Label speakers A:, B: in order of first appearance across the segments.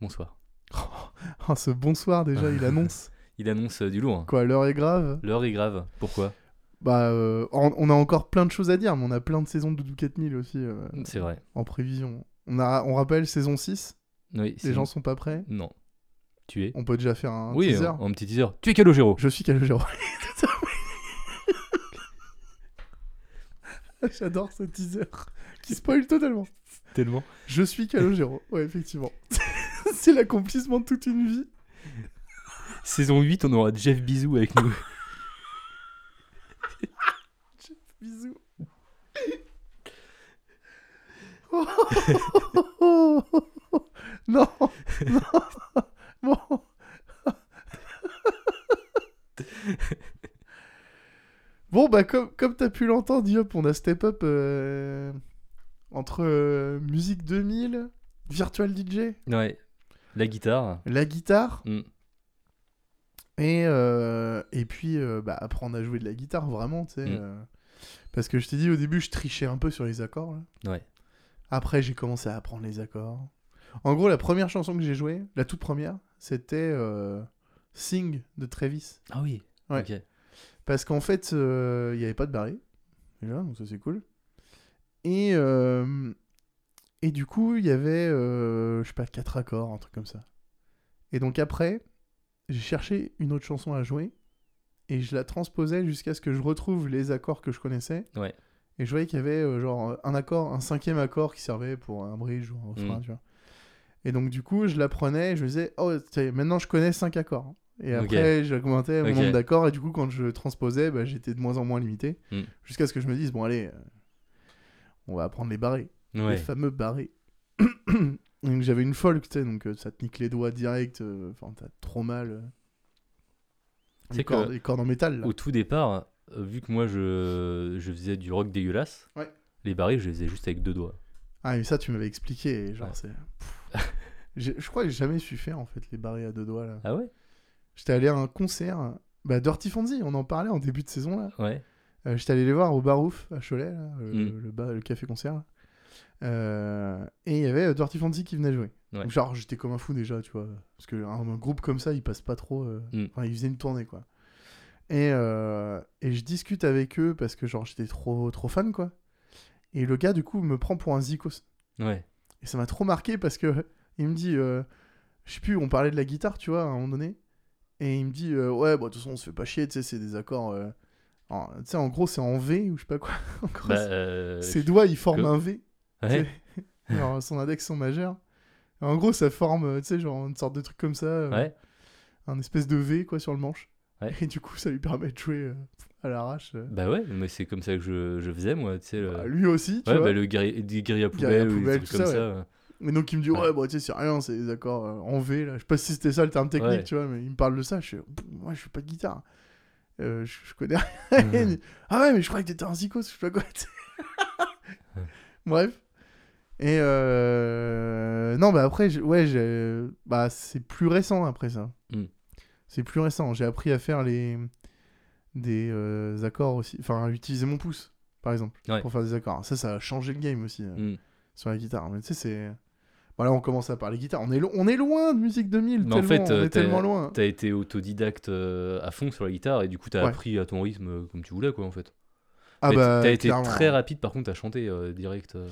A: Bonsoir.
B: Ah, ce bonsoir déjà, il annonce.
A: Il annonce euh, du lourd.
B: Quoi, l'heure est grave
A: L'heure est grave. Pourquoi
B: Bah, euh, on, on a encore plein de choses à dire, mais on a plein de saisons de Doudou 4000 aussi euh,
A: C'est vrai.
B: en prévision. On, a, on rappelle saison 6,
A: Oui,
B: les
A: c'est-
B: gens sont pas prêts.
A: Non. Tu es.
B: On peut déjà faire un
A: oui,
B: teaser.
A: un, un petit teaser. Tu es Calogero.
B: Je suis Calogero. J'adore ce teaser qui spoil totalement.
A: Tellement.
B: Je suis Calogero, ouais, effectivement. C'est l'accomplissement de toute une vie.
A: Saison 8, on aura Jeff Bizou avec nous.
B: Bisous. non, non, bon. Bon, bah, comme, comme t'as pu l'entendre, Diop, on a step up euh, entre euh, musique 2000, virtual DJ,
A: ouais. La guitare.
B: la guitare,
A: Mm.
B: et, euh, et puis euh, bah, apprendre à jouer de la guitare, vraiment, tu sais.
A: Mm.
B: euh, parce que je t'ai dit au début, je trichais un peu sur les accords. là.
A: Ouais.
B: Après, j'ai commencé à apprendre les accords. En gros, la première chanson que j'ai jouée, la toute première, c'était euh, Sing de Travis.
A: Ah oui.
B: Ouais.
A: Ok.
B: Parce qu'en fait, euh, il n'y avait pas de barré. Déjà, donc ça c'est cool. Et, euh, et du coup, il y avait, euh, je sais pas, quatre accords, un truc comme ça. Et donc après, j'ai cherché une autre chanson à jouer. Et je la transposais jusqu'à ce que je retrouve les accords que je connaissais.
A: Ouais.
B: Et je voyais qu'il y avait euh, genre un accord, un cinquième accord qui servait pour un bridge ou un refrain,
A: Mm.
B: tu vois. Et donc du coup, je l'apprenais, et je me disais, oh, ça y est, maintenant je connais cinq accords. Et
A: Ok.
B: après, j'augmentais mon
A: Ok.
B: nombre d'accords, et du coup, quand je transposais, bah, j'étais de moins en moins limité.
A: Mm.
B: Jusqu'à ce que je me dise, bon, allez, euh, on va apprendre les barrés, les
A: Ouais.
B: fameux barrés. donc j'avais une folk, tu sais, donc euh, ça te nique les doigts direct, euh, enfin, t'as trop mal. euh.
A: Tu sais
B: les,
A: que-
B: cordes, les cordes en métal, là.
A: Au tout départ, euh, vu que moi je, je faisais du rock dégueulasse,
B: Ouais.
A: les barils je les faisais juste avec deux doigts.
B: Ah, mais ça, tu m'avais expliqué. et Genre,
A: Ouais.
B: c'est. Pfff. J'ai- je crois que j'ai jamais su faire, en fait, les barrés à deux doigts, là.
A: Ah ouais
B: J'étais allé à un concert. Bah, Dirty Fonzie, on en parlait en début de saison, là.
A: Ouais.
B: Euh, J'étais allé les voir au Barouf, à Cholet, là, le,
A: Mm.
B: le ba- le café-concert. là. Euh, et il y avait euh, Dirty Fancy qui venait jouer.
A: Ouais.
B: Donc, genre, j'étais comme un fou déjà, tu vois. Parce qu'un un groupe comme ça, il passe pas trop. euh,
A: Mm.
B: Enfin, ils faisaient une tournée, quoi. Et, euh, et je discute avec eux parce que, genre, j'étais trop, trop fan, quoi. Et le gars, du coup, me prend pour un Zikos.
A: Ouais.
B: Et ça m'a trop marqué parce que il me dit, euh, je sais plus, on parlait de la guitare, tu vois, à un moment donné. Et il me dit, euh, ouais, bah, de toute façon, on se fait pas chier, tu sais, c'est des accords. euh, en- tu sais, en gros, c'est en V ou je sais pas quoi. En gros,
A: Bah,
B: c'est-
A: euh,
B: ses doigts, ils forment
A: que-
B: un V. tu
A: ouais.
B: sais. Genre, son index, son majeur. Et en gros, ça forme, euh, tu sais, genre une sorte de truc comme ça. euh,
A: Ouais.
B: Un espèce de V, quoi, sur le manche.
A: Ouais.
B: Et du coup, ça lui permet de jouer euh, à l'arrache. euh.
A: Bah ouais, mais c'est comme ça que je, je faisais moi, tu sais. le-
B: Bah, lui aussi, tu
A: Euh, ouais,
B: vois.
A: bah le guerri- des guérillas
B: Guérilla
A: poubelles ou des
B: poubelle,
A: trucs
B: tout
A: comme
B: ça,
A: ça.
B: ouais.
A: euh.
B: Et donc il me dit
A: Ouais.
B: ouais, bah tu sais c'est rien, c'est des accords euh, en V là. Je sais pas si c'était ça le terme technique,
A: Ouais.
B: tu vois, mais il me parle de ça. Je fais Pff, moi je fais pas de guitare, Euh, je, je connais rien.
A: Mhm.
B: ah ouais mais je croyais que t'étais un zikos, je sais pas quoi. Bref. Et euh... non bah après j'ai- ouais j'ai- bah c'est plus récent après ça.
A: Mm.
B: C'est plus récent. J'ai appris à faire les des euh, accords aussi, enfin à utiliser mon pouce par exemple
A: Ouais.
B: pour faire des accords. Ça ça a changé le game aussi. euh
A: Mm.
B: sur la guitare. Mais tu sais, c'est. Voilà, on commence à parler guitare. On est, lo- on est loin de musique 2000.
A: Mais en
B: tellement,
A: fait,
B: on
A: euh,
B: est
A: t'as-
B: tellement loin.
A: T'as été autodidacte euh, à fond sur la guitare et du coup t'as
B: Ouais.
A: appris à ton rythme euh, comme tu voulais quoi en fait.
B: Ah
A: Mais t-
B: bah,
A: t'as été
B: clairement.
A: très rapide par contre à chanter euh, direct. euh.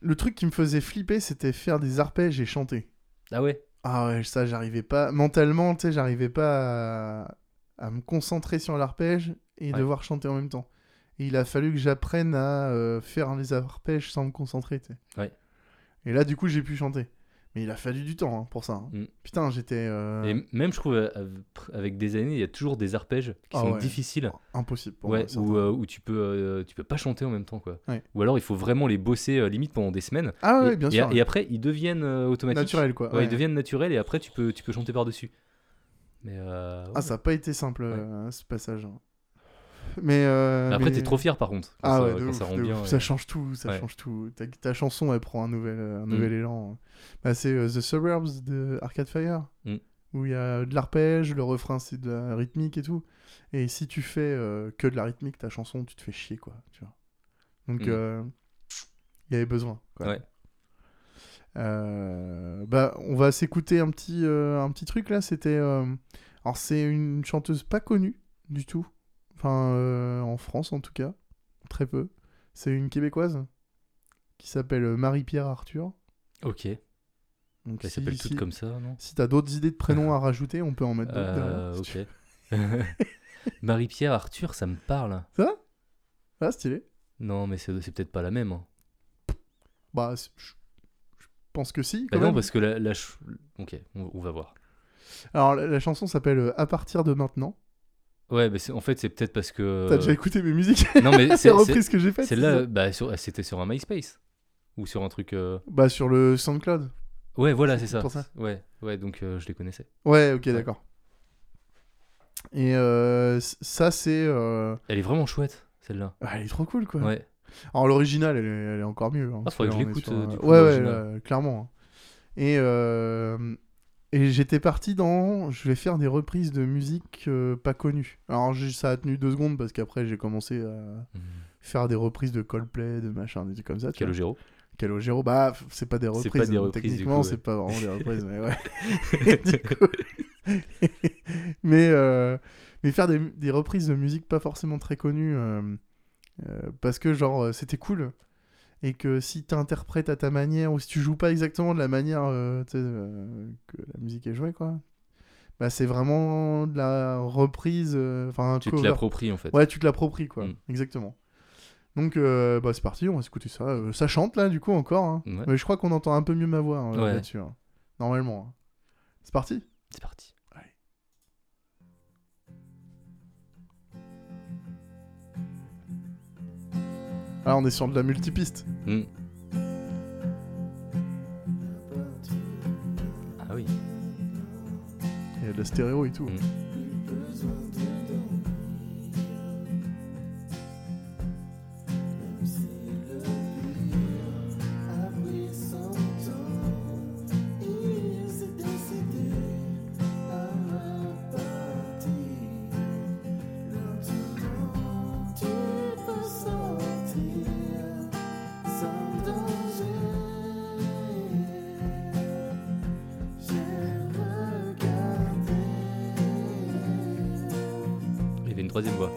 B: Le truc qui me faisait flipper, c'était faire des arpèges et chanter.
A: Ah ouais
B: Ah ouais, ça, j'arrivais pas. Mentalement, tu sais, j'arrivais pas à... à me concentrer sur l'arpège et
A: Ouais.
B: devoir chanter en même temps. Et il a fallu que j'apprenne à euh, faire les arpèges sans me concentrer, tu sais.
A: Ouais.
B: Et là, du coup, j'ai pu chanter. Mais il a fallu du temps hein, pour ça. hein.
A: Mm.
B: Putain, j'étais euh,
A: Et m- même je trouve euh, av- avec des années il y a toujours des arpèges qui
B: Ah
A: sont
B: ouais.
A: difficiles.
B: impossible pour
A: Ouais,
B: moi. certains.
A: où, euh, où tu peux euh, tu peux pas chanter en même temps quoi.
B: Ouais.
A: Ou alors il faut vraiment les bosser euh, limite pendant des semaines.
B: Ah
A: et,
B: ouais, bien
A: et
B: sûr.
A: a- et après ils deviennent euh, automatiques.
B: naturel quoi.
A: Ouais,
B: ouais.
A: ils deviennent naturels et après tu peux tu peux chanter par dessus. Mais euh, ouais.
B: Ah, ça n'a pas été simple euh, ce passage. hein. Mais euh,
A: Mais après
B: mais-
A: t'es trop fier par contre. quand
B: Ah
A: ça-
B: ouais, de
A: quand
B: ouf,
A: ça rend
B: de
A: bien.
B: ouf.
A: ouais.
B: Ça change tout, ça
A: Ouais.
B: change tout. Ta, ta chanson, elle prend un nouvel, euh, un
A: Mm.
B: nouvel élan. Bah, c'est euh, The Suburbs de Arcade Fire,
A: Mm.
B: où il y a de l'arpège, le refrain c'est de la rythmique et tout. Et si tu fais euh, que de la rythmique, ta chanson, tu te fais chier quoi. Tu vois. Donc
A: Mm.
B: euh, il y avait besoin. Quoi.
A: Ouais.
B: Euh, Bah, on va s'écouter un petit, euh, un petit truc là. C'était. euh, Alors, c'est une chanteuse pas connue du tout. Enfin, euh, en France en tout cas. Très peu. C'est une québécoise qui s'appelle euh, Marie-Pierre Arthur.
A: Ok.
B: Donc,
A: Elle
B: si-
A: s'appelle
B: si-
A: toutes comme ça, non
B: Si t'as d'autres idées de prénoms à rajouter, on peut en mettre d'autres. derrière,
A: Euh,
B: si tu
A: Ok. Marie-Pierre, Arthur, ça me parle.
B: veux. Ah, stylé.
A: Non, mais c'est c'est peut-être pas la même. hein.
B: Bah, c'est- je je pense que si.
A: Bah
B: quand
A: non,
B: même.
A: parce que la. la ch- Ok, on, on va voir.
B: Alors, la, la chanson s'appelle euh, À partir de maintenant.
A: Ouais, mais c'est- en fait, c'est peut-être parce que.
B: T'as déjà écouté mes musiques
A: Non, mais Euh,
B: C'est
A: c'est-
B: la
A: c'est-
B: reprise que j'ai faite.
A: Celle-là, bah, sur- c'était sur un MySpace. Ou sur un truc. euh,
B: Bah, sur le SoundCloud.
A: Ouais, voilà,
B: C'est
A: c'est ça.
B: pour ça.
A: Ouais, ouais, donc euh, je les connaissais.
B: Ouais, ok,
A: Ouais.
B: d'accord. Et euh, c- ça, c'est. euh,
A: Elle est vraiment chouette, celle-là.
B: ah, elle est trop cool, quoi.
A: Ouais.
B: Alors, l'original, elle, est- elle est encore mieux. hein,
A: Ah, faudrait que je
B: parce là, on est
A: l'écoute,
B: sur,
A: euh,
B: euh,
A: du coup,
B: Ouais, ouais,
A: l'original.
B: euh, clairement. Et, euh, et j'étais parti dans. Je vais faire des reprises de musique euh, pas connues. Alors, j'ai- ça a tenu deux secondes parce qu'après, j'ai commencé à
A: Mhm.
B: faire des reprises de Coldplay, de machin, des trucs comme ça. tu vois.
A: Calogero.
B: Calogero, bah, f- c'est pas des
A: C'est
B: reprises.
A: pas des
B: donc
A: reprises, du
B: Techniquement,
A: coup,
B: c'est
A: ouais.
B: pas vraiment des reprises, mais ouais. Du coup- mais, euh, mais faire des, des reprises de musique pas forcément très connues, euh, euh, parce que, genre, euh, c'était cool. Et que si t'interprètes à ta manière, ou si tu joues pas exactement de la manière euh, tu sais, euh, que la musique est jouée, quoi, bah, c'est vraiment de la reprise. euh, Enfin, un
A: Tu te
B: cover.
A: l'appropries en fait.
B: Ouais, tu te l'appropries, quoi.
A: Mm.
B: Exactement. Donc, euh, bah, c'est parti, on va s'écouter ça. Euh, ça chante, là, du coup, encore. hein.
A: Ouais.
B: Mais je crois qu'on entend un peu mieux ma voix hein,
A: Ouais.
B: là-dessus. hein. Normalement. hein. C'est parti
A: C'est parti.
B: Ah, on est sur de la multipiste.
A: Mm. Ah oui.
B: Il y a de la stéréo et tout.
A: Mm. Il y avait une troisième voix.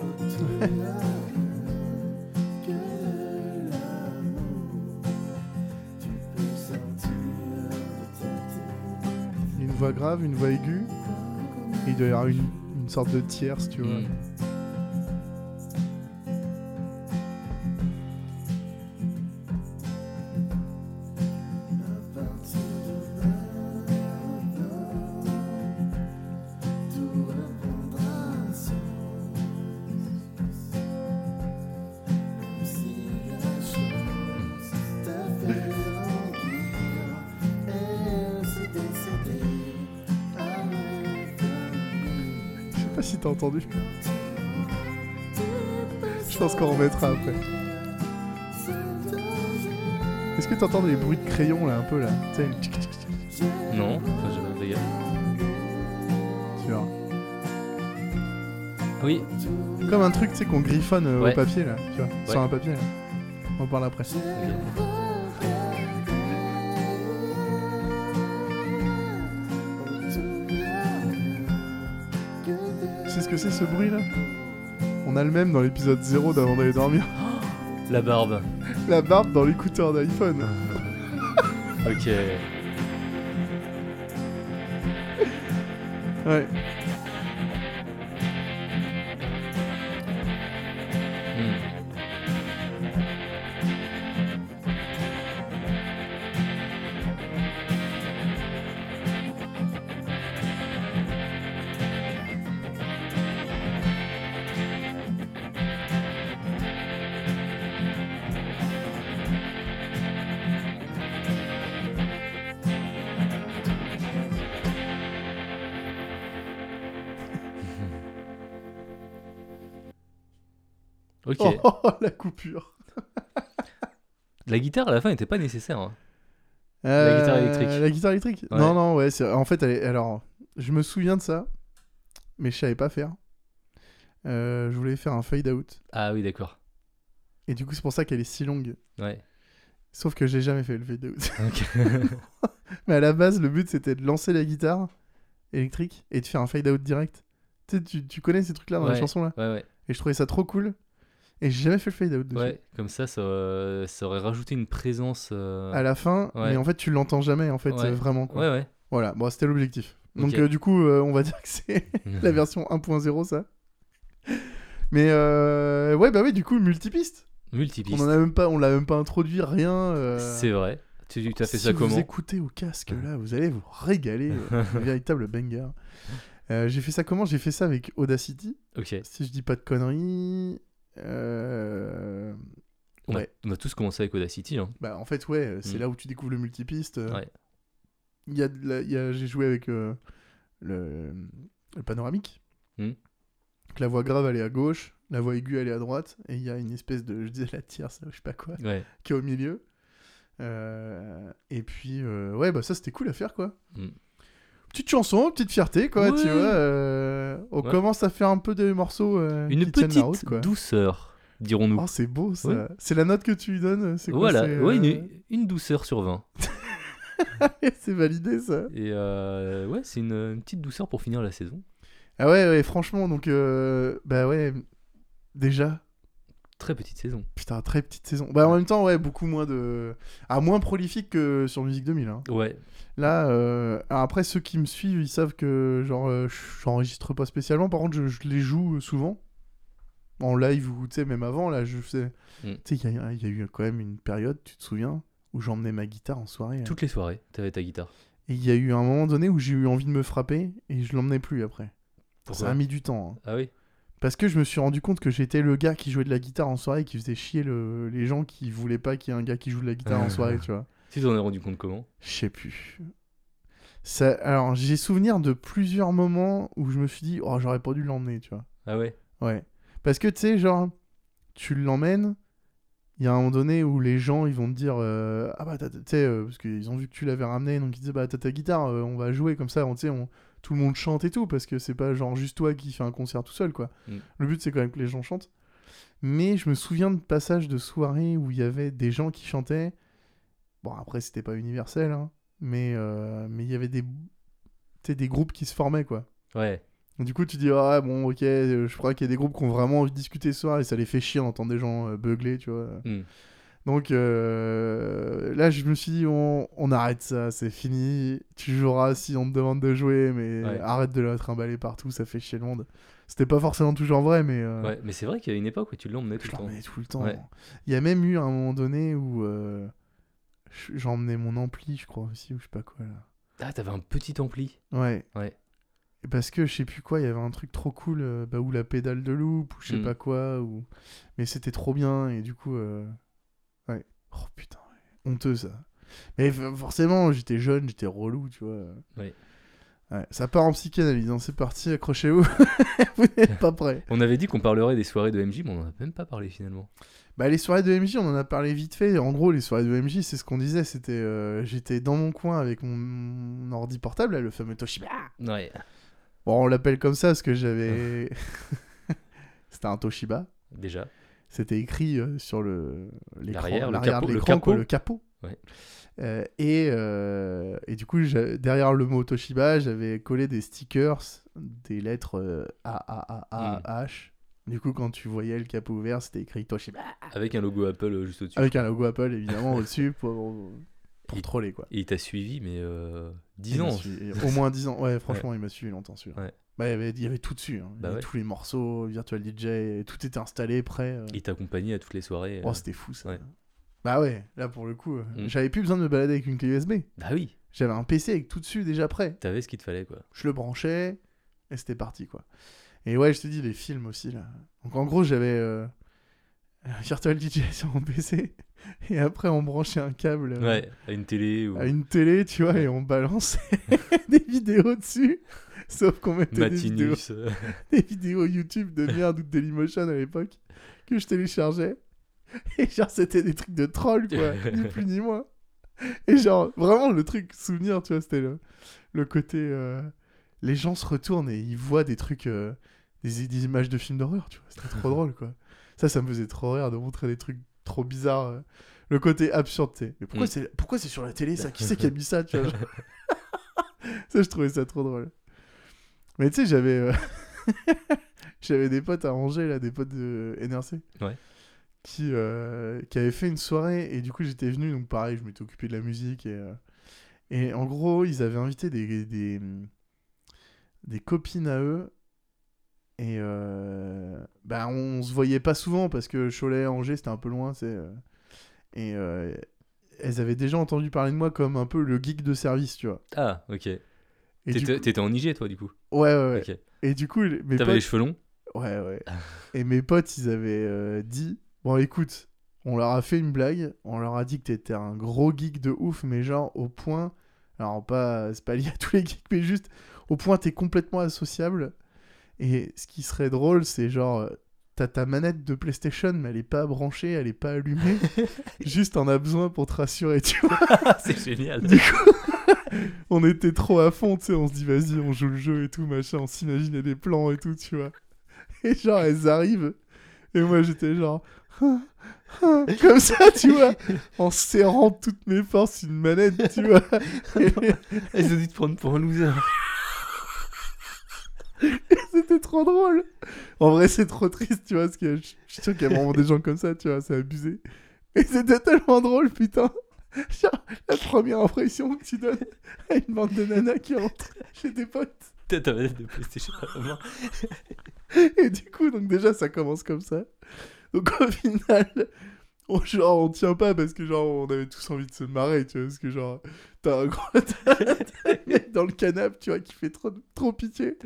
A: Mm.
B: Il y a Une voix grave, une voix aiguë. Et il doit y avoir une, une sorte de tierce, tu vois.
A: Mm.
B: Je sais pas si t'as entendu. Je pense qu'on remettra après. Est-ce que t'entends les bruits de crayon là un peu là Tu sais, le tchic, tchic, tchic,
A: Non, ça, j'ai pas fait gaffe.
B: tu vois.
A: Ah Oui,
B: Comme un truc, tu sais, qu'on griffonne euh,
A: Ouais.
B: au papier, là, tu vois, sur
A: Ouais.
B: un papier, là. On en parle après.
A: ok.
B: Tu sais ce que c'est, ce bruit-là On a le même dans l'épisode 0 d'avant d'aller dormir.
A: la barbe.
B: La barbe dans l'écouteur d'iPhone.
A: Ok. Ah.
B: Ouais.
A: Mm. Ok.
B: Oh, oh, oh, la coupure.
A: La guitare à la fin était pas nécessaire. hein.
B: Euh,
A: guitare électrique.
B: La guitare électrique
A: Ouais.
B: Non, non, ouais. c'est- En fait, elle est- alors, je me souviens de ça, mais je savais pas faire. Euh, je voulais faire un fade out.
A: Ah oui, d'accord.
B: Et du coup, c'est pour ça qu'elle est si longue.
A: Ouais.
B: Sauf que j'ai jamais fait le V2.
A: Ok.
B: Mais à la base, le but c'était de lancer la guitare électrique et de faire un fade out direct. Tu, sais, tu, tu connais ces trucs-là dans
A: Ouais.
B: les chansons là
A: ouais, ouais,
B: Et je trouvais ça trop cool. Et j'ai jamais fait le fade out dessus.
A: ouais. Comme ça, ça, euh, ça aurait rajouté une présence. euh,
B: À la fin,
A: Ouais.
B: mais en fait, tu l'entends jamais en fait,
A: Ouais.
B: euh, vraiment quoi.
A: Ouais, ouais.
B: Voilà, bon, c'était l'objectif. Donc
A: Ok.
B: euh, du coup, euh, on va dire que c'est la version 1.0 ça. Mais euh, ouais, bah oui, du coup, multipiste.
A: Multipiste.
B: On en a même pas, on l'a même pas introduit, rien. euh,
A: C'est vrai. Tu tu as fait
B: si
A: ça comment
B: vous écoutez au casque là, vous allez vous régaler, euh, un véritable banger. Euh, j'ai fait ça comment J'ai fait ça avec Audacity,
A: Ok.
B: si je dis pas de conneries. Euh,
A: On, a-
B: Ouais.
A: on a, tous commencé avec Audacity. Hein.
B: Bah en fait ouais, c'est
A: Mm.
B: là où tu découvres le multipiste. Euh,
A: Ouais.
B: il y a de la- il y a- j'ai joué avec euh, le, le panoramique.
A: Mm.
B: Donc la voix grave elle est à gauche, la voix aiguë elle est à droite, et il y a une espèce de, je disais la tierce, je sais pas quoi,
A: Ouais.
B: qui est au milieu. Euh, et puis euh, ouais bah ça c'était cool à faire quoi.
A: Mm.
B: Petite chanson, petite fierté quoi,
A: Ouais.
B: tu vois. euh, on
A: Ouais.
B: commence à faire un peu des morceaux euh,
A: Une
B: qui tiennent la
A: petite
B: route quoi.
A: douceur, dirons-nous.
B: Oh, c'est beau ça.
A: Ouais.
B: C'est la note que tu lui donnes. C'est quoi,
A: voilà,
B: c'est,
A: ouais,
B: euh,
A: une, une douceur sur 20.
B: c'est validé ça.
A: Et euh, ouais, c'est une, une petite douceur pour finir la saison.
B: Ah ouais, ouais, franchement, donc, euh, bah ouais, déjà,
A: Très petite saison.
B: putain, très petite saison. Bah en même temps, ouais, beaucoup moins de. Ah, moins prolifique que sur Musique 2000. hein.
A: Ouais,
B: Là, euh, alors après, ceux qui me suivent, ils savent que, genre, euh, j'enregistre pas spécialement. Par contre, je, je les joue euh, souvent. En live ou, tu sais, même avant, là, je sais.
A: Mm.
B: Tu sais, il y a, il y a eu quand même une période, tu te souviens, où j'emmenais ma guitare en soirée. là.
A: toutes les soirées, t'avais ta guitare.
B: Et il y a eu un moment donné où j'ai eu envie de me frapper et je l'emmenais plus après.
A: Pourquoi
B: Ça a mis du temps. hein.
A: Ah oui
B: Parce que je me suis rendu compte que j'étais le gars qui jouait de la guitare en soirée et qui faisait chier le- les gens qui voulaient pas qu'il y ait un gars qui joue de la guitare en soirée, tu vois.
A: Tu t'en as rendu compte comment
B: Je sais plus. Ça, alors, j'ai souvenir de plusieurs moments où je me suis dit, oh, j'aurais pas dû l'emmener, tu vois.
A: Ah ouais
B: Ouais. Parce que, tu sais, genre, tu l'emmènes, il y a un moment donné où les gens, ils vont te dire, euh, ah bah, t'as- tu sais, euh, parce qu'ils ont vu que tu l'avais ramené, donc ils disaient, bah, t'as ta guitare, euh, on va jouer comme ça, on- tu sais, on- tout le monde chante et tout, parce que c'est pas genre juste toi qui fais un concert tout seul, quoi.
A: Mm.
B: Le but, c'est quand même que les gens chantent. Mais je me souviens de passages de soirées où il y avait des gens qui chantaient. Bon, après, c'était pas universel, hein, mais euh, mais il y avait des, tu sais, des groupes qui se formaient, quoi.
A: Ouais.
B: Du coup, tu dis, ah bon, ok, euh, je crois qu'il y a des groupes qui ont vraiment envie de discuter ce soir et ça les fait chier d'entendre des gens euh, beugler, tu vois.
A: Hmm.
B: Donc euh, là, je me suis dit, on, on arrête ça, c'est fini. Tu joueras si on te demande de jouer, mais
A: Ouais.
B: arrête de la trimballer partout, ça fait chier le monde. C'était pas forcément toujours vrai, mais euh,
A: Ouais, mais c'est vrai qu'il y a une époque où tu l'emmenais tout
B: je
A: le temps.
B: l'emmenais tout le temps.
A: Ouais.
B: Il y a même eu un moment donné où euh, je- j'emmenais mon ampli, je crois aussi, ou je sais pas quoi. Là.
A: Ah, t'avais un petit ampli.
B: Ouais.
A: Ouais.
B: Et Parce que je sais plus quoi, il y avait un truc trop cool, euh, bah, ou la pédale de loupe, ou je sais
A: Mm.
B: pas quoi, ou... mais c'était trop bien, et du coup. euh, Ouais. Oh putain, ouais. honteux ça. Mais f- forcément, j'étais jeune, j'étais relou, tu vois.
A: Ouais.
B: Ouais, ça part en psychanalyse, hein, c'est parti, accrochez-vous, vous n'êtes pas prêts.
A: On avait dit qu'on parlerait des soirées de MJ, mais on en a même pas parlé finalement.
B: Bah, les soirées de MJ, on en a parlé vite fait. En gros, les soirées de MJ, c'est ce qu'on disait. C'était, euh, j'étais dans mon coin avec mon, mon ordi portable, là, le fameux Toshiba.
A: Ouais.
B: Bon, on l'appelle comme ça parce que j'avais.
A: Ah.
B: C'était un Toshiba.
A: Déjà.
B: C'était écrit euh, sur le l'écran-
A: L'arrière, le
B: l'arrière
A: capot-
B: de
A: le
B: l'écran, quoi,
A: capot.
B: le capot.
A: Ouais.
B: Euh, et, euh, et du coup, j'a- derrière le mot Toshiba, j'avais collé des stickers, des lettres euh, A, A,
A: Hmm.
B: A, A, H. Du coup, quand tu voyais le capot ouvert, c'était écrit Toshiba.
A: Avec un logo Apple euh, juste au-dessus.
B: Avec un logo Apple, évidemment, au-dessus pour, pour
A: Il-
B: troller, quoi.
A: Et il t'a suivi, mais euh,
B: Il
A: 10
B: m'a
A: ans.
B: suivi. Au moins 10 ans. Ouais, franchement, il m'a suivi longtemps, celui-là.
A: Ouais.
B: Bah, il, y avait, il y avait tout dessus. hein. Il y
A: Bah
B: avait
A: ouais.
B: Tous les morceaux, Virtual DJ, tout était installé, prêt. euh.
A: Il t'accompagnait à toutes les soirées. euh.
B: Oh, c'était fou ça.
A: Ouais.
B: Bah ouais, là pour le coup, euh,
A: Mm.
B: j'avais plus besoin de me balader avec une clé USB.
A: Bah oui,
B: J'avais un PC avec tout dessus déjà prêt.
A: t'avais ce qu'il te fallait quoi.
B: Je le branchais et c'était parti quoi. Et ouais, je te dis, les films aussi là. Donc en gros, j'avais euh, un Virtual DJ sur mon PC et après on branchait un câble. euh,
A: Ouais, à une télé ou
B: à une télé, tu vois, et on balançait des vidéos dessus. Sauf qu'on mettait des vidéos,
A: Matinus. euh,
B: des vidéos YouTube de merde ou de Dailymotion à l'époque que je téléchargeais. Et genre, c'était des trucs de troll, quoi, ni plus ni moins. Et genre, vraiment, le truc souvenir, tu vois, c'était le, le côté. euh, les gens se retournent et ils voient des trucs, euh, des, des images de films d'horreur, tu vois, c'était trop drôle, quoi. Ça, ça me faisait trop rire de montrer des trucs trop bizarres. euh. le côté absurde, tu sais. Mais pourquoi
A: Mm.
B: c'est pourquoi c'est sur la télé ça Qui c'est qui a mis ça, tu vois genre Ça, je trouvais ça trop drôle. Mais tu sais, j'avais euh, j'avais des potes à Angers là, des potes de NRC.
A: Ouais.
B: Qui, euh, qui avaient fait une soirée et du coup j'étais venu donc pareil je m'étais occupé de la musique et, euh, et en gros ils avaient invité des des, des copines à eux et euh, bah, on se voyait pas souvent parce que Cholet, Angers, c'était un peu loin, c'est. Et euh, elles avaient déjà entendu parler de moi comme un peu le geek de service, tu vois.
A: Ah, ok.
B: Et du
A: T'étais t'étais en IG, toi, du coup
B: coup- Ouais, ouais, ouais.
A: Ok.
B: Et du coup, les- mes
A: T'avais les
B: potes...
A: cheveux longs
B: Ouais, ouais. Et mes potes, ils avaient euh, dit Bon, écoute, on leur a fait une blague, on leur a dit que t'étais un gros geek de ouf, mais genre au point. Alors, pas, c'est pas lié à tous les geeks, mais juste au point, t'es complètement associable. Et ce qui serait drôle, c'est genre. euh, T'as ta manette de PlayStation, mais elle est pas branchée, elle est pas allumée. Juste, t'en as besoin pour te rassurer, tu vois.
A: Ah, C'est génial.
B: Du coup, on était trop à fond, tu sais, on se dit vas-y, on joue le jeu et tout, machin, on s'imaginait des plans et tout, tu vois. Et genre, elles arrivent, et moi j'étais genre, Ah, ah comme ça, tu vois, en serrant de toutes mes forces une manette, tu vois. Et
A: Ils ont dû te prendre pour un loser.
B: C'était trop drôle. En vrai, c'est trop triste, tu vois, parce que je je suis sûr qu'il y a vraiment des gens comme ça, tu vois, c'est abusé. Et c'était tellement drôle, putain. Genre, la première impression que tu donnes à une bande de nanas qui rentre chez tes potes.
A: T'as ta manette de PlayStation à la main.
B: Et du coup, donc déjà, ça commence comme ça. Donc au final, on, genre, on tient pas parce que genre, on avait tous envie de se marrer, tu vois, parce que genre, t'as un gros t'as un mec dans le canapé, tu vois, qui fait trop, trop pitié.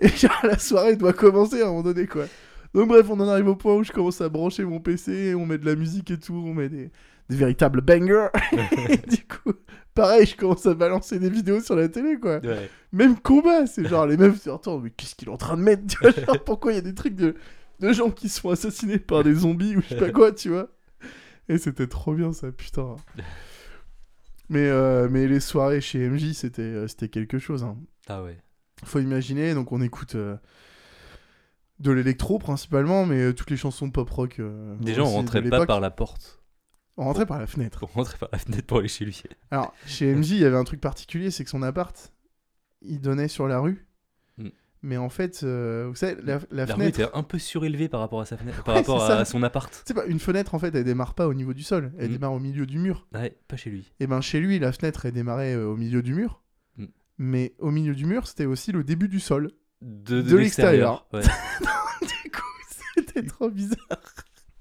B: Et genre, la soirée doit commencer à un moment donné, quoi. Donc bref, on en arrive au point où je commence à brancher mon PC, on met de la musique et tout, on met des, des véritables bangers. et du coup, pareil, je commence à balancer des vidéos sur la télé, quoi
A: Ouais.
B: même combat, c'est genre les meufs se retournent, mais qu'est-ce qu'il est en train de mettre tu vois, genre, Pourquoi il y a des trucs de, de gens qui se font assassiner par des zombies ou je sais pas quoi, tu vois Et c'était trop bien ça, putain. Mais, euh, mais les soirées chez MJ, c'était euh, c'était quelque chose. Hein.
A: Ah ouais.
B: Faut imaginer, donc on écoute euh, de l'électro principalement, mais euh, toutes les chansons pop rock. euh,
A: Déjà, on
B: aussi de
A: rentrait pas
B: l'époque.
A: par la porte.
B: On rentrait par la fenêtre.
A: On rentrait par la fenêtre pour aller chez lui.
B: Alors, chez MJ, il y avait un truc particulier, c'est que son appart, il donnait sur la rue.
A: Mm.
B: Mais en fait, euh, vous savez, la, la
A: La rue
B: fenêtre.
A: était un peu surélevée par rapport à sa fenêtre, par
B: Ouais,
A: rapport
B: c'est ça.
A: à son appart.
B: C'est pas une fenêtre en fait, elle démarre pas au niveau du sol, elle
A: Mm.
B: démarre au milieu du mur.
A: Ouais, pas chez lui.
B: Et ben chez lui, la fenêtre elle démarrait euh, au milieu du mur.
A: Mm.
B: Mais au milieu du mur, c'était aussi le début du sol.
A: De,
B: De l'extérieur.
A: Ouais.
B: Du coup, c'était trop bizarre.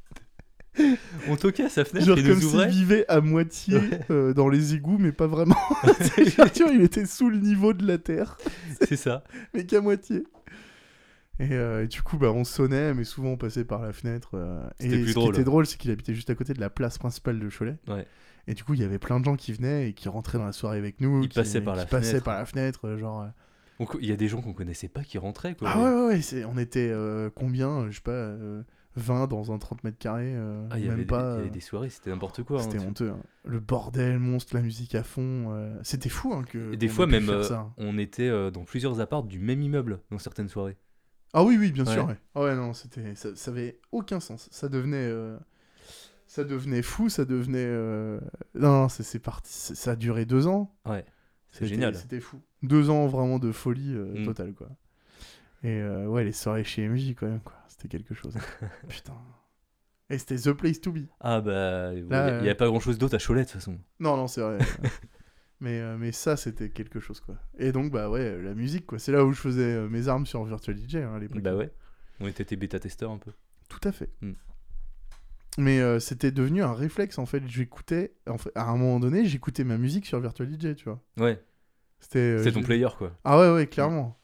A: On toquait à sa fenêtre
B: Genre
A: et
B: comme
A: nous
B: s'il
A: ouvrait.
B: vivait à moitié
A: Ouais.
B: euh, dans les égouts, mais pas vraiment. C'est genre, tu vois, il était sous le niveau de la terre.
A: C'est ça.
B: mais qu'à moitié. Et, euh, et du coup, bah, on sonnait, mais souvent on passait par la fenêtre. euh, et
A: C'était plus
B: ce
A: drôle.
B: qui était drôle, c'est qu'il habitait juste à côté de la place principale de Cholet.
A: Ouais.
B: Et du coup, il y avait plein de gens qui venaient et qui rentraient dans la soirée avec nous.
A: Ils
B: qui,
A: passaient par la
B: qui passaient
A: fenêtre.
B: par la fenêtre, euh, genre. euh,
A: On co- Il y a des gens qu'on connaissait pas qui rentraient. Quoi.
B: Ah ouais, ouais, ouais, c'est- on était euh, combien euh, Je sais pas, euh, 20 dans un 30 mètres carrés, euh,
A: Ah, il y
B: même
A: avait des-
B: pas.
A: il y
B: euh,
A: avait des soirées, c'était n'importe quoi. hein,
B: C'était
A: tu-
B: honteux. hein. Le bordel, monstre, la musique à fond. euh, C'était fou hein, que.
A: Et des
B: qu'on
A: fois
B: ait pu
A: même,
B: faire
A: euh,
B: ça, hein.
A: on était euh, dans plusieurs apparts du même immeuble dans certaines soirées.
B: Ah oui, oui, bien
A: Ouais.
B: sûr. Ouais, Ah ouais non, c'était, ça, ça avait aucun sens. Ça devenait, euh, ça devenait fou, ça devenait. euh, Non, non, c'est, c'est parti. c'est- ça a duré deux ans.
A: Ouais, c'est
B: C'était-
A: génial.
B: C'était fou. Deux ans vraiment de folie euh,
A: Mm.
B: totale, quoi. Et euh, ouais, les soirées chez MJ, quand même, quoi. C'était quelque chose. Putain. Et c'était The Place to Be.
A: Ah bah, il
B: Là,
A: n'y avait
B: euh,
A: pas grand chose d'autre à Cholet de toute façon.
B: Non, non, c'est vrai. mais, euh, mais ça, c'était quelque chose, quoi. Et donc, bah ouais, la musique, quoi. C'est là où je faisais euh, mes armes sur Virtual DJ, hein, à l'époque.
A: Bah ouais, on était des bêta-testeurs un peu.
B: Tout à fait.
A: Mm.
B: Mais euh, c'était devenu un réflexe en fait. J'écoutais, en fait, à un moment donné, j'écoutais ma musique sur Virtual DJ, tu vois.
A: Ouais,
B: C'était. euh,
A: c'était ton
B: j'ai-
A: player Mm. quoi.
B: Ah ouais, ouais, clairement.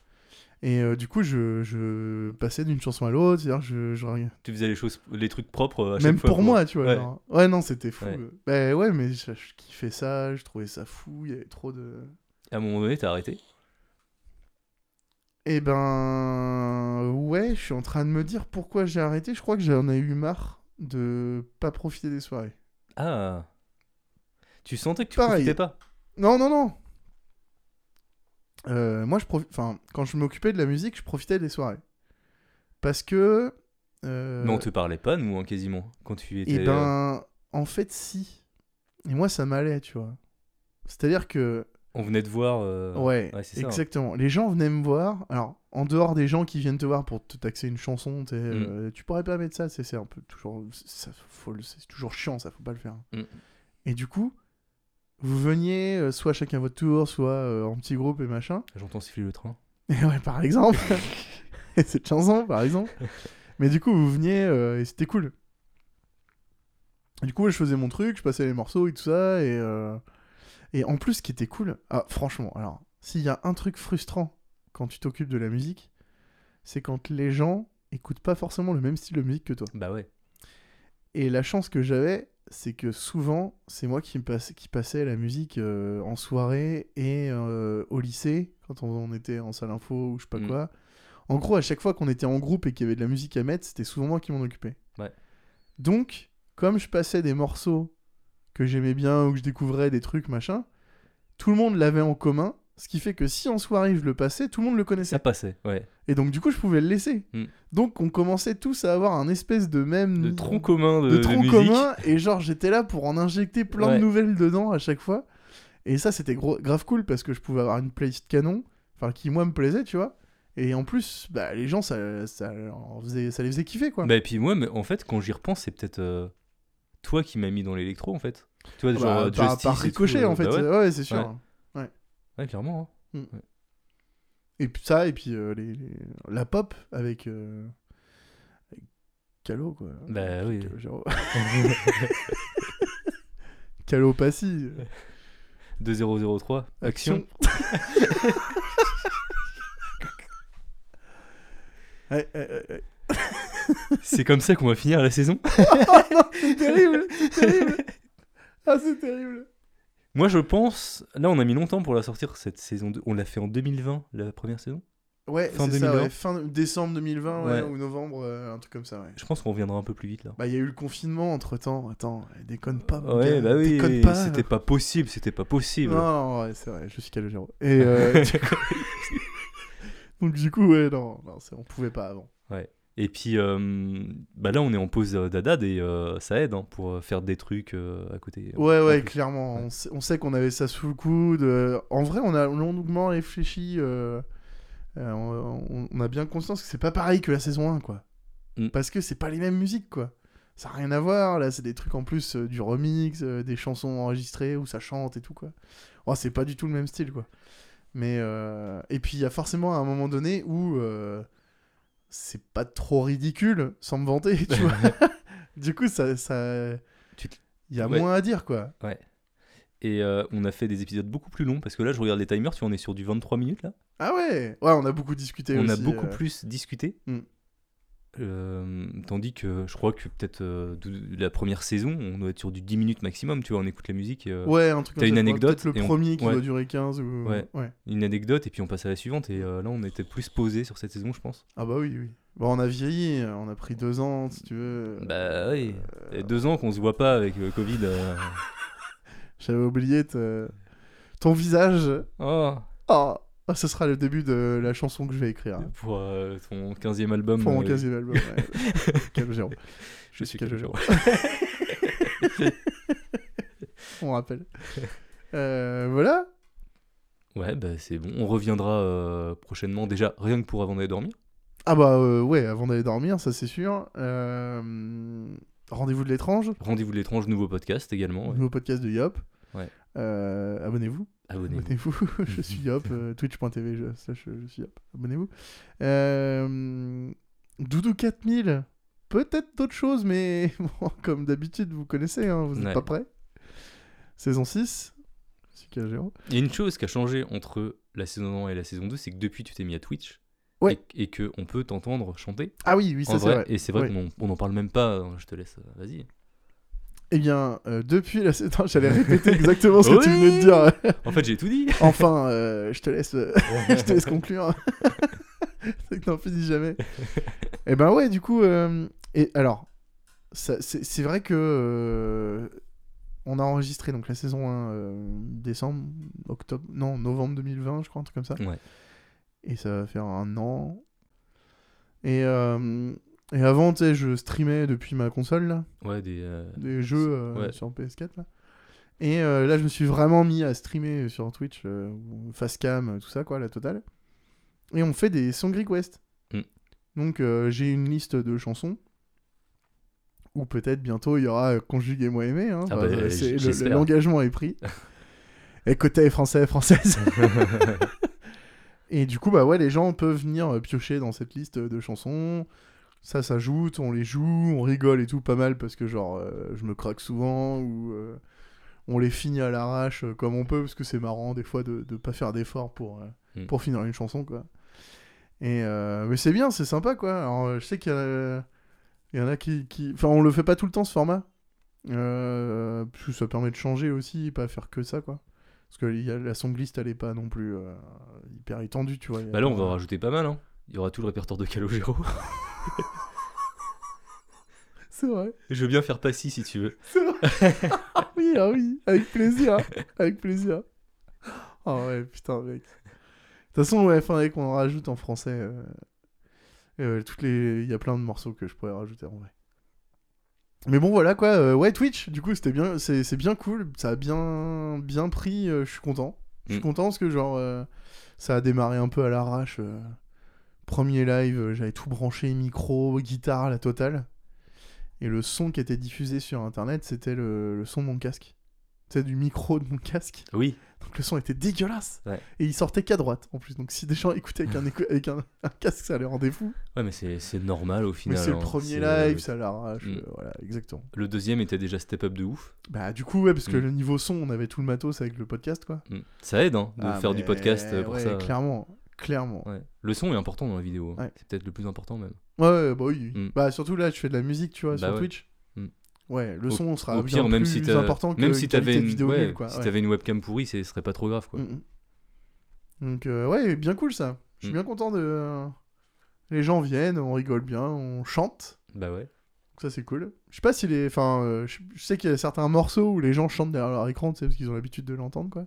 B: Et euh, du coup, je, je passais d'une chanson à l'autre, c'est-à-dire je, je regardais-
A: Tu faisais les choses, les trucs propres à chaque
B: même
A: fois.
B: pour moi, tu vois.
A: Ouais.
B: genre. Ouais, non, c'était fou.
A: Ouais.
B: Bah ouais, mais je, je kiffais ça, je trouvais ça fou. Il y avait trop de.
A: À un moment donné, t'as arrêté.
B: Eh ben, ouais, je suis en train de me dire pourquoi j'ai arrêté. Je crois que j'en ai eu marre de pas profiter des soirées.
A: Ah. Tu sentais que tu
B: Pareil.
A: profitais pas.
B: Non, non, non. Euh, moi, je profi- enfin, quand je m'occupais de la musique, je profitais des soirées. Parce que. euh,
A: Mais on te parlait pas, nous, hein, quasiment. Quand tu étais.
B: eh
A: euh,
B: ben, en fait, si. Et moi, ça m'allait, tu vois. C'est-à-dire que
A: On venait de voir. euh,
B: Ouais,
A: ouais, c'est ça.
B: exactement. Les gens venaient me voir. Alors, en dehors des gens qui viennent te voir pour te taxer une chanson, t'es,
A: Mm.
B: euh, tu pourrais pas mettre ça, c'est c'est un peu toujours, ça, faut le- c'est toujours chiant, ça faut pas le faire.
A: Mm.
B: Et du coup, vous veniez euh, soit chacun votre tour, soit euh, en petit groupe et machin.
A: J'entends siffler le train.
B: Et ouais, par exemple, cette chanson, par exemple. Mais du coup, vous veniez euh, et c'était cool. Et Du coup, je faisais mon truc, je passais les morceaux et tout ça. Et, euh, et en plus, ce qui était cool, ah, franchement, alors, s'il y a un truc frustrant quand tu t'occupes de la musique, c'est quand les gens écoutent pas forcément le même style de musique que toi.
A: Bah ouais.
B: Et la chance que j'avais, c'est que souvent, c'est moi qui, me passe- qui passais la musique euh, en soirée et euh, au lycée, quand on, on était en salle info ou je sais pas
A: Mm.
B: quoi. En gros, à chaque fois qu'on était en groupe et qu'il y avait de la musique à mettre, c'était souvent moi qui m'en occupais.
A: Ouais.
B: Donc, comme je passais des morceaux que j'aimais bien ou que je découvrais des trucs, machin, tout le monde l'avait en commun. Ce qui fait que si en soirée je le passais, tout le monde le connaissait.
A: Ça passait, ouais.
B: Et donc du coup, je pouvais le laisser.
A: Mm.
B: Donc on commençait tous à avoir un espèce de même
A: De tronc commun de,
B: de
A: de
B: Mm. tronc
A: euh, musique.
B: commun et genre j'étais là pour en injecter plein
A: Ouais.
B: de nouvelles dedans à chaque fois et ça c'était gro- grave cool parce que je pouvais avoir une playlist canon enfin qui moi me plaisait tu vois et en plus bah les gens ça ça, leur faisait- ça les faisait kiffer quoi
A: Bah et puis moi, mais en fait, quand j'y repense, c'est peut-être euh, toi qui m'as mis dans l'électro, en fait. Tu vois,
B: Bah,
A: genre euh,
B: par,
A: Justice
B: par
A: et tout,
B: ricochet
A: euh,
B: en fait
A: bah ouais.
B: ouais, c'est sûr hein.
A: Ouais. Ouais, clairement. hein.
B: et puis ça et puis euh, les, les- la pop avec, euh, avec Calo quoi
A: Bah euh, oui.
B: Calo, Giro. Calo Passy
A: 2003. Action.
B: Ouais, ouais, ouais, ouais.
A: c'est comme ça qu'on va finir la saison.
B: Oh C'est terrible, c'est terrible. Ah, c'est terrible.
A: Moi, je pense. Là, on a mis longtemps pour la sortir cette saison. deux. On l'a fait en 2020, la première saison.
B: Ouais,
A: Fin
B: c'est ça,
A: 2020.
B: ouais, fin décembre 2020 ouais,
A: Ouais.
B: ou novembre, euh, un truc comme ça, ouais.
A: Je pense qu'on reviendra un peu plus vite là.
B: Bah, il y a eu le confinement entre temps. Attends, déconne pas, mon
A: ouais,
B: Ah, gars,
A: bah oui,
B: déconne pas.
A: c'était pas possible, c'était pas possible.
B: Non, non, ouais, c'est vrai, je suis Calogero. Et euh, du coup- donc, du coup, ouais, non, non c'est- on pouvait pas avant.
A: Et puis, euh, bah là, on est en pause euh, d'Adad et euh, ça aide hein, pour euh, faire des trucs euh, à côté.
B: Ouais,
A: Un
B: ouais,
A: peu.
B: clairement.
A: Ouais.
B: On sait- On sait qu'on avait ça sous le coude. euh, En vrai, on a longuement réfléchi. euh, euh, on, on a bien conscience que c'est pas pareil que la saison 1, quoi.
A: Mm.
B: Parce que c'est pas les mêmes musiques, quoi. Ça n'a rien à voir. Là, c'est des trucs en plus euh, du remix, euh, des chansons enregistrées où ça chante et tout, quoi. Oh, c'est pas du tout le même style, quoi. Mais. euh, Et puis, il y a forcément un moment donné où. euh, C'est pas trop ridicule, sans me vanter, tu vois. du coup, ça. ça...
A: Tu te-
B: Il y a
A: Ouais.
B: moins à dire, quoi.
A: Et euh, on a fait des épisodes beaucoup plus longs parce que là, je regarde les timers, tu vois, on est sur du 23 minutes là.
B: Ah ouais Ouais, on a beaucoup discuté
A: on a
B: aussi,
A: beaucoup
B: euh,
A: plus discuté.
B: Hmm.
A: Euh, tandis que je crois que peut-être euh, dou- la première saison, on doit être sur du 10 minutes maximum, tu vois, on écoute la musique, euh,
B: Ouais, un truc
A: T'as
B: comme ça,
A: une
B: je crois.
A: anecdote
B: Peut-être
A: et
B: le
A: on-
B: premier qui
A: ouais.
B: doit durer 15 ou...
A: Ouais. une anecdote et puis on passe à la suivante. Et euh, là, on était plus posé sur cette saison, je pense.
B: Ah bah oui, oui. Bon, on a vieilli, euh, on a pris deux ans, si tu veux.
A: Bah oui.
B: Euh,
A: Ça fait deux ans qu'on se voit pas avec le Covid. euh.
B: J'avais oublié te- ton visage.
A: Oh,
B: Ah, Ah, ce sera le début de la chanson que je vais écrire. hein,
A: pour euh, ton 15e album.
B: Pour mon
A: euh,
B: 15 album. ouais. Calogero.
A: Je suis
B: Calogero.
A: Calogero.
B: On rappelle. Euh, voilà.
A: Ouais, bah c'est bon. On reviendra euh, prochainement. Déjà, rien que pour avant d'aller dormir.
B: Ah bah euh, ouais, avant d'aller dormir, ça c'est sûr. Euh, Rendez-vous de l'étrange.
A: Rendez-vous de l'étrange, nouveau podcast également. ouais.
B: nouveau podcast de Yop.
A: Ouais.
B: Euh, abonnez-vous.
A: Abonnez-vous. Mhm.
B: Abonnez-vous. je suis Yop. euh, Twitch.tv je- slash euh, je suis Yop. Abonnez-vous. Euh, Doudou 4000. Peut-être d'autres choses, mais bon, comme d'habitude, vous connaissez, hein, vous n'êtes
A: Ouais.
B: pas prêts. Saison 6. Je suis Calogero.
A: Il y a une chose qui a changé entre la saison 1 et la saison 2, c'est que depuis tu t'es mis à Twitch.
B: Ouais.
A: Et, et que on peut t'entendre chanter.
B: Ah oui, oui, ça
A: en
B: c'est vrai.
A: Et c'est vrai
B: Ouais.
A: qu'on on n'en parle même pas. euh, Je te laisse. euh, Vas-y.
B: Eh bien, euh, depuis la saison... J'allais répéter exactement ce que tu venais de
A: Oui.
B: dire.
A: En fait, j'ai tout dit.
B: Enfin, euh, je te laisse... euh, je te laisse conclure. C'est que t'en finis jamais. et ben ouais, du coup, euh, et alors, ça- c'est c'est vrai que euh, on a enregistré donc la saison 1 euh, décembre, octobre, non, novembre 2020, je crois, un truc comme ça.
A: Ouais.
B: Et ça va faire un an. Et euh, Et avant, tu sais, je streamais depuis ma console, là,
A: Ouais, des. euh,
B: des jeux euh,
A: Ouais.
B: sur PS4, là. Et euh, là, je me suis vraiment mis à streamer sur Twitch, euh, Facecam, tout ça, quoi, la totale. Et on fait des song requests.
A: Mm.
B: Donc, euh, j'ai une liste de chansons. Ou peut-être bientôt, il y aura euh, Conjuguez-moi aimé. Hein.
A: Ah
B: Enfin,
A: bah,
B: euh, c'est-
A: j-
B: le- le-
A: j'espère.
B: L'engagement est pris. Et côté français, française. Et du coup, bah ouais, les gens peuvent venir euh, piocher dans cette liste de chansons. Ça s'ajoute, on les joue, on rigole et tout, pas mal parce que genre euh, je me craque souvent ou euh, on les finit à l'arrache euh, comme on peut parce que c'est marrant des fois de, de pas faire d'efforts pour, euh,
A: Mm.
B: pour finir une chanson quoi. Et euh, mais c'est bien, c'est sympa quoi. Alors, euh, je sais qu'il y, a- il y en a qui, qui. Enfin, on le fait pas tout le temps ce format. Euh, parce que ça permet de changer aussi et pas faire que ça quoi. Parce que il y a- la songlist elle est pas non plus euh, hyper étendue, tu vois. Il y a
A: Bah là, on
B: pas-
A: va en rajouter pas mal, hein. Il y aura tout le répertoire de Calogero.
B: C'est vrai.
A: Je veux bien faire Passy si tu veux.
B: C'est vrai. Ah oui, ah oui, avec plaisir, hein, avec plaisir. Ah ouais, putain, mec. De toute façon, ouais, faudrait qu'on rajoute en français. euh, euh, toutes les, il y a plein de morceaux que je pourrais rajouter en vrai. Mais bon, voilà quoi. euh, ouais, Twitch, du coup, c'était bien, c'est c'est bien cool. Ça a bien, bien pris. euh, je suis content. Je suis
A: Mm.
B: content parce que genre, euh, ça a démarré un peu à l'arrache. euh, premier live, euh, j'avais tout branché, micro, guitare, la totale. Et le son qui était diffusé sur internet, c'était le, le son de mon casque. C'était du micro de mon casque.
A: Oui.
B: Donc le son était dégueulasse.
A: Ouais.
B: Et il sortait qu'à droite en plus. Donc si des gens écoutaient avec un, écou- avec un, un casque, ça les rendait fous.
A: Ouais, mais c'est c'est normal au
B: Mais
A: final.
B: c'est le
A: hein.
B: premier
A: C'est,
B: live,
A: euh,
B: ça l'arrache.
A: Mm.
B: euh, voilà, exactement.
A: Le deuxième était déjà step up de ouf.
B: Bah du coup, ouais, parce que
A: Mm.
B: le niveau son, on avait tout le matos avec le podcast, quoi.
A: Mm. Ça aide, hein, de
B: Ah,
A: faire du
B: mais
A: podcast euh, pour
B: ouais,
A: ça.
B: Clairement, clairement.
A: Ouais. Le son est important dans la vidéo. hein.
B: Ouais.
A: C'est peut-être le plus important même.
B: Ouais, ouais, bah oui. oui.
A: Mm.
B: Bah surtout là, tu fais de la musique, tu vois,
A: Bah
B: sur
A: ouais.
B: Twitch.
A: Mm.
B: Ouais, le
A: Au-
B: son sera
A: Au pire,
B: bien
A: même
B: plus
A: si t'as
B: important que
A: même si
B: une
A: t'avais
B: qualité de
A: une...
B: vidéo
A: ouais,
B: nulle, quoi.
A: si
B: Ouais.
A: t'avais une webcam pourrie, ce serait pas trop grave quoi.
B: Mm, mm. Donc euh, ouais, bien cool ça. Je suis
A: Mm.
B: bien content de. euh, Les gens viennent, on rigole bien, on chante.
A: Bah ouais.
B: Donc Ça c'est cool. Je sais pas si les, enfin, euh, je je sais qu'il y a certains morceaux où les gens chantent derrière leur écran, tu sais, parce qu'ils ont l'habitude de l'entendre, quoi.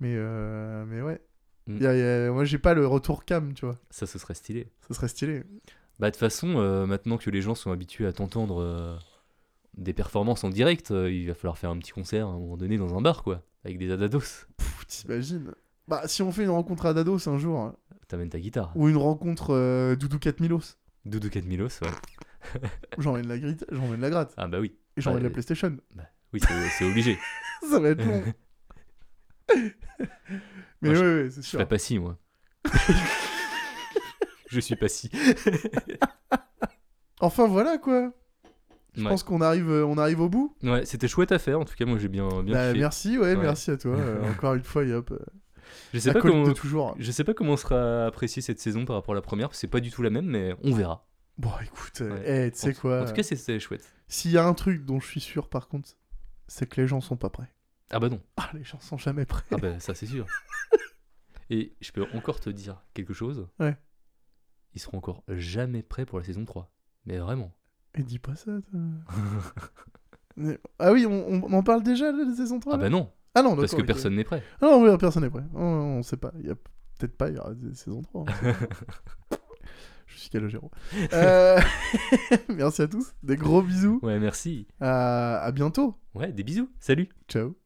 B: Mais, euh, mais ouais.
A: Mm.
B: Y a- y a- Moi j'ai pas le retour cam, tu vois.
A: Ça, ce serait stylé.
B: Ça serait stylé.
A: Bah de toute façon, euh, maintenant que les gens sont habitués à t'entendre euh, des performances en direct, euh, il va falloir faire un petit concert à un moment donné dans un bar quoi, avec des adados.
B: Pff, T'imagines Bah si on fait une rencontre à Dados un jour, hein,
A: T'amènes ta guitare.
B: ou une rencontre euh, Doudou 4000os,
A: Doudou 4 Milos, ouais.
B: j'emmène la grille, j'emmène la gratte,
A: Ah bah oui,
B: et j'emmène
A: Ouais.
B: la PlayStation.
A: oui c'est c'est obligé.
B: ça va être long. mais
A: Moi,
B: ouais,
A: je-
B: ouais, c'est
A: Je
B: sûr.
A: serais pas si moi. Je suis pas si.
B: Enfin voilà quoi. Je
A: Ouais.
B: pense qu'on arrive, euh, on arrive au bout.
A: Ouais, c'était chouette à faire. En tout cas, moi j'ai bien bien
B: Bah,
A: kiffé.
B: merci, ouais,
A: Ouais.
B: merci à toi. euh, encore une fois, Yop. euh,
A: Je sais
B: La
A: pas
B: colite
A: comment.
B: de toujours.
A: Je sais pas comment sera appréciée cette saison par rapport à la première, parce que c'est pas du tout la même, mais on verra.
B: Bon, écoute, euh, eh, tu
A: En
B: sais
A: tout-
B: quoi.
A: En tout cas, c'était chouette.
B: S'il y a un truc dont je suis sûr, par contre, c'est que les gens sont pas prêts.
A: Ah bah non.
B: Ah, les gens sont jamais prêts.
A: Ah bah ça c'est sûr. Et je peux encore te dire quelque chose.
B: Ouais.
A: Ils seront encore jamais prêts pour la saison 3. Mais vraiment.
B: Et dis pas ça, toi. Mais- ah oui, on, on- on en parle déjà de la saison 3
A: Ah bah non,
B: ah non,
A: parce que
B: d'accord, ok.
A: personne n'est prêt.
B: Ah non, oui, personne n'est prêt. On, on sait pas. Il y a peut-être pas, il y aura des saisons 3. on sait pas. je suis Calogero. Euh... merci à tous. Des gros bisous.
A: Ouais, merci.
B: À- à bientôt.
A: Ouais, des bisous. Salut.
B: Ciao.